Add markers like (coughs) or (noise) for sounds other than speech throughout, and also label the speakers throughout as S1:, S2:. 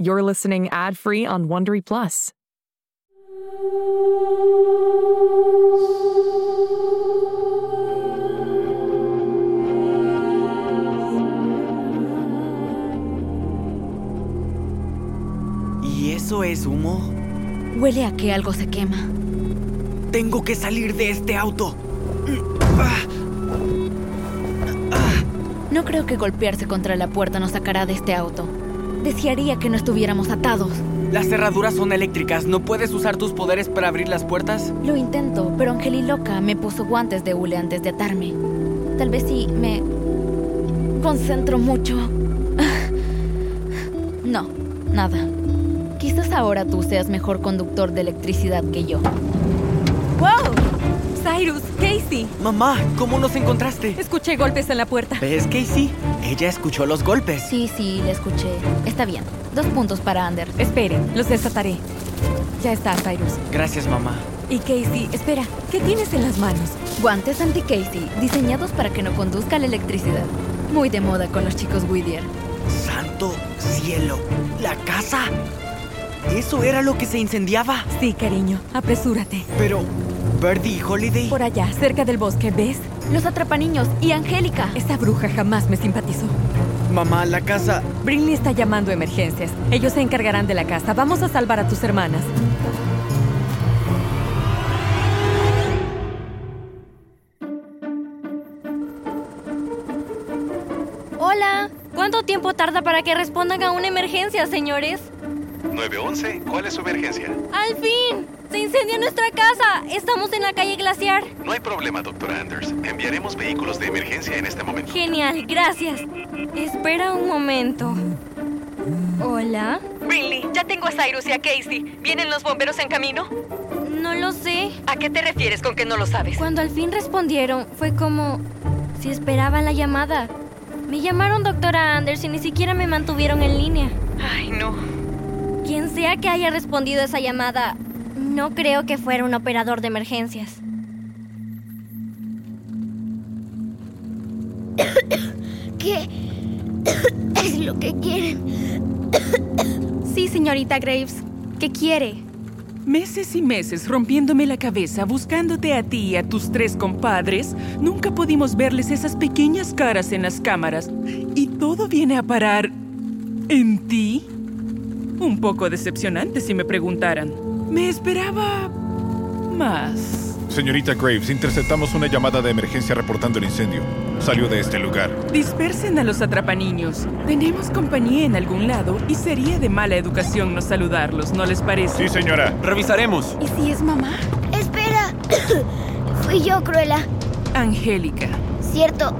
S1: You're listening ad free on Wondery Plus.
S2: ¿Y eso es humo?
S3: Huele a que algo se quema.
S2: Tengo que salir de este auto.
S3: No creo que golpearse contra la puerta nos sacará de este auto. Desearía que no estuviéramos atados.
S2: Las cerraduras son eléctricas. ¿No puedes usar tus poderes para abrir las puertas?
S3: Lo intento, pero Angeliloca me puso guantes de hule antes de atarme. Tal vez si me concentro mucho. (laughs) No, nada. Quizás ahora tú seas mejor conductor de electricidad que yo.
S4: ¡Wow! Cyrus, Casey,
S2: Mamá, ¿cómo nos encontraste?
S4: escuché golpes en la puerta.
S2: ¿Ves, Casey? Ella escuchó los golpes.
S3: Sí, sí, la escuché. Está bien. Dos puntos para Ander.
S4: Esperen, los desataré. Ya está, Cyrus.
S2: Gracias, mamá.
S4: Y Casey, espera, ¿qué tienes en las manos?
S3: Guantes anti-Casey, diseñados para que no conduzca la electricidad. Muy de moda con los chicos Whittier.
S2: Santo cielo. ¿La casa? ¿Eso era lo que se incendiaba?
S4: Sí, cariño, apresúrate.
S2: Pero... Birdie y Holiday...
S4: Por allá, cerca del bosque, ¿ves?
S3: Los atrapaniños y Angélica.
S4: Esa bruja jamás me simpatizó.
S2: Mamá, la casa...
S4: Brinley está llamando a emergencias. Ellos se encargarán de la casa. Vamos a salvar a tus hermanas.
S5: Hola, ¿cuánto tiempo tarda para que respondan a una emergencia, señores?
S6: 911, ¿cuál es su emergencia?
S5: ¡Al fin! ¡Se incendió nuestra casa! Estamos en la calle Glaciar.
S6: No hay problema, doctora Anders. Enviaremos vehículos de emergencia en este momento.
S5: Genial, gracias. Espera un momento. ¿Hola?
S7: Brinley, ya tengo a Cyrus y a Casey. ¿Vienen los bomberos en camino?
S5: No lo sé.
S7: ¿A qué te refieres con que no lo sabes?
S5: Cuando al fin respondieron, fue como si esperaban la llamada. Me llamaron doctora Anders y ni siquiera me mantuvieron en línea.
S7: Ay, no.
S5: Quien sea que haya respondido esa llamada, no creo que fuera un operador de emergencias.
S8: ¿Qué es lo que quieren?
S5: (coughs) Sí, señorita Graves. ¿Qué quiere?
S9: Meses y meses rompiéndome la cabeza buscándote a ti y a tus tres compadres, nunca pudimos verles esas pequeñas caras en las cámaras. Y todo viene a parar en ti. Un poco decepcionante si me preguntaran. Me esperaba más.
S10: Señorita Graves, interceptamos una llamada de emergencia reportando el incendio. Salió de este lugar.
S9: Dispersen a los atrapaniños. Tenemos compañía en algún lado y sería de mala educación no saludarlos, ¿no les parece?
S10: Sí, señora.
S2: Revisaremos.
S3: ¿Y si es mamá?
S8: Espera. (coughs) Fui yo, Cruella.
S9: Angélica,
S8: Cierto.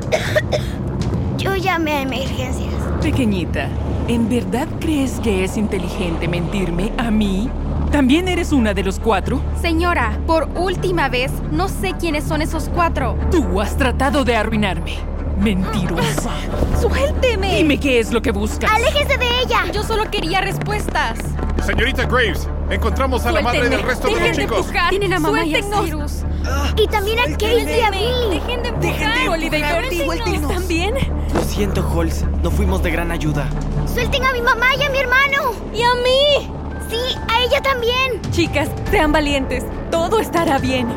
S8: (coughs) Yo llamé a emergencias.
S9: Pequeñita, ¿en verdad crees que es inteligente mentirme a mí? ¿También eres una de los cuatro?
S5: Señora, por última vez, no sé quiénes son esos cuatro.
S9: Tú has tratado de arruinarme.
S5: (gasps)
S9: Mentirosa.
S5: ¡Suélteme!
S9: Dime qué es lo que buscas.
S8: ¡Aléjese de ella!
S5: Yo solo quería respuestas.
S10: Señorita Graves, encontramos a la madre del resto de los chicos.
S4: Tienen a mamá y a
S5: Suéltenos.
S4: Cyrus.
S8: Y también a Kate y a Billy.
S5: Dejen de
S2: Dejen de
S5: empujar, Holiday.
S2: empujar,
S5: Doris,
S2: digo, el
S5: no.
S2: Dinos.
S5: ¿Están bien?
S2: Lo siento, Holz. No fuimos de gran ayuda.
S8: Suelten a mi mamá y a mi hermano.
S5: ¡Y a mí!
S8: Sí, a ella también.
S4: Chicas, sean valientes. Todo estará bien.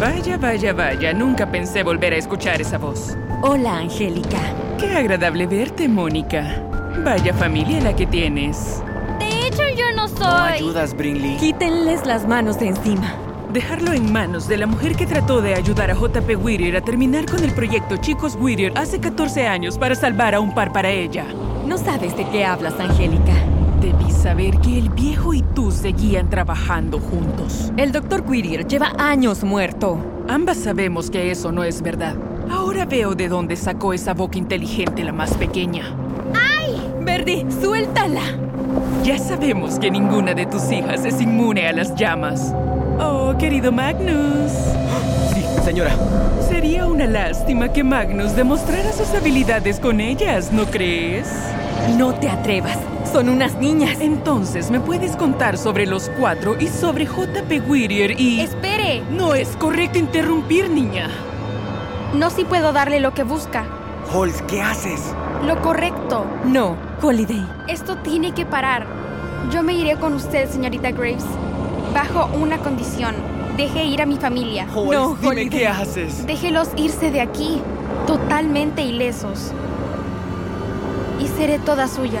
S9: Vaya, vaya, vaya. Nunca pensé volver a escuchar esa voz.
S1: Hola, Angélica.
S9: Qué agradable verte, Mónica. Vaya familia la que tienes.
S5: De hecho, yo
S2: No
S5: no soy.
S2: ayudas, Brinley.
S1: Quítenles las manos de encima.
S9: Dejarlo en manos de la mujer que trató de ayudar a JP Whittier a terminar con el proyecto Chicos Whittier hace 14 años para salvar a un par para ella.
S1: No sabes de qué hablas, Angélica.
S9: Debí saber que el viejo y tú seguían trabajando juntos.
S1: El doctor Whittier lleva años muerto.
S9: Ambas sabemos que eso no es verdad. Ahora veo de dónde sacó esa boca inteligente la más pequeña.
S1: Verdi, suéltala.
S9: Ya sabemos que ninguna de tus hijas es inmune a las llamas. Oh, querido Magnus.
S2: Sí, señora.
S9: Sería una lástima que Magnus demostrara sus habilidades con ellas, ¿no crees?
S11: No te atrevas. Son unas niñas.
S9: Entonces, ¿me puedes contar sobre los cuatro y sobre J.P. Whittier y...
S5: ¡Espere!
S9: No es correcto interrumpir, niña.
S5: No si puedo darle lo que busca.
S2: Holz, ¿qué haces?
S5: Lo correcto.
S11: No, Holiday.
S5: Esto tiene que parar. Yo me iré con usted, señorita Graves. Bajo una condición. Deje ir a mi familia.
S2: Holz, no, dime Holiday. qué haces.
S5: Déjelos irse de aquí, totalmente ilesos. Y seré toda suya.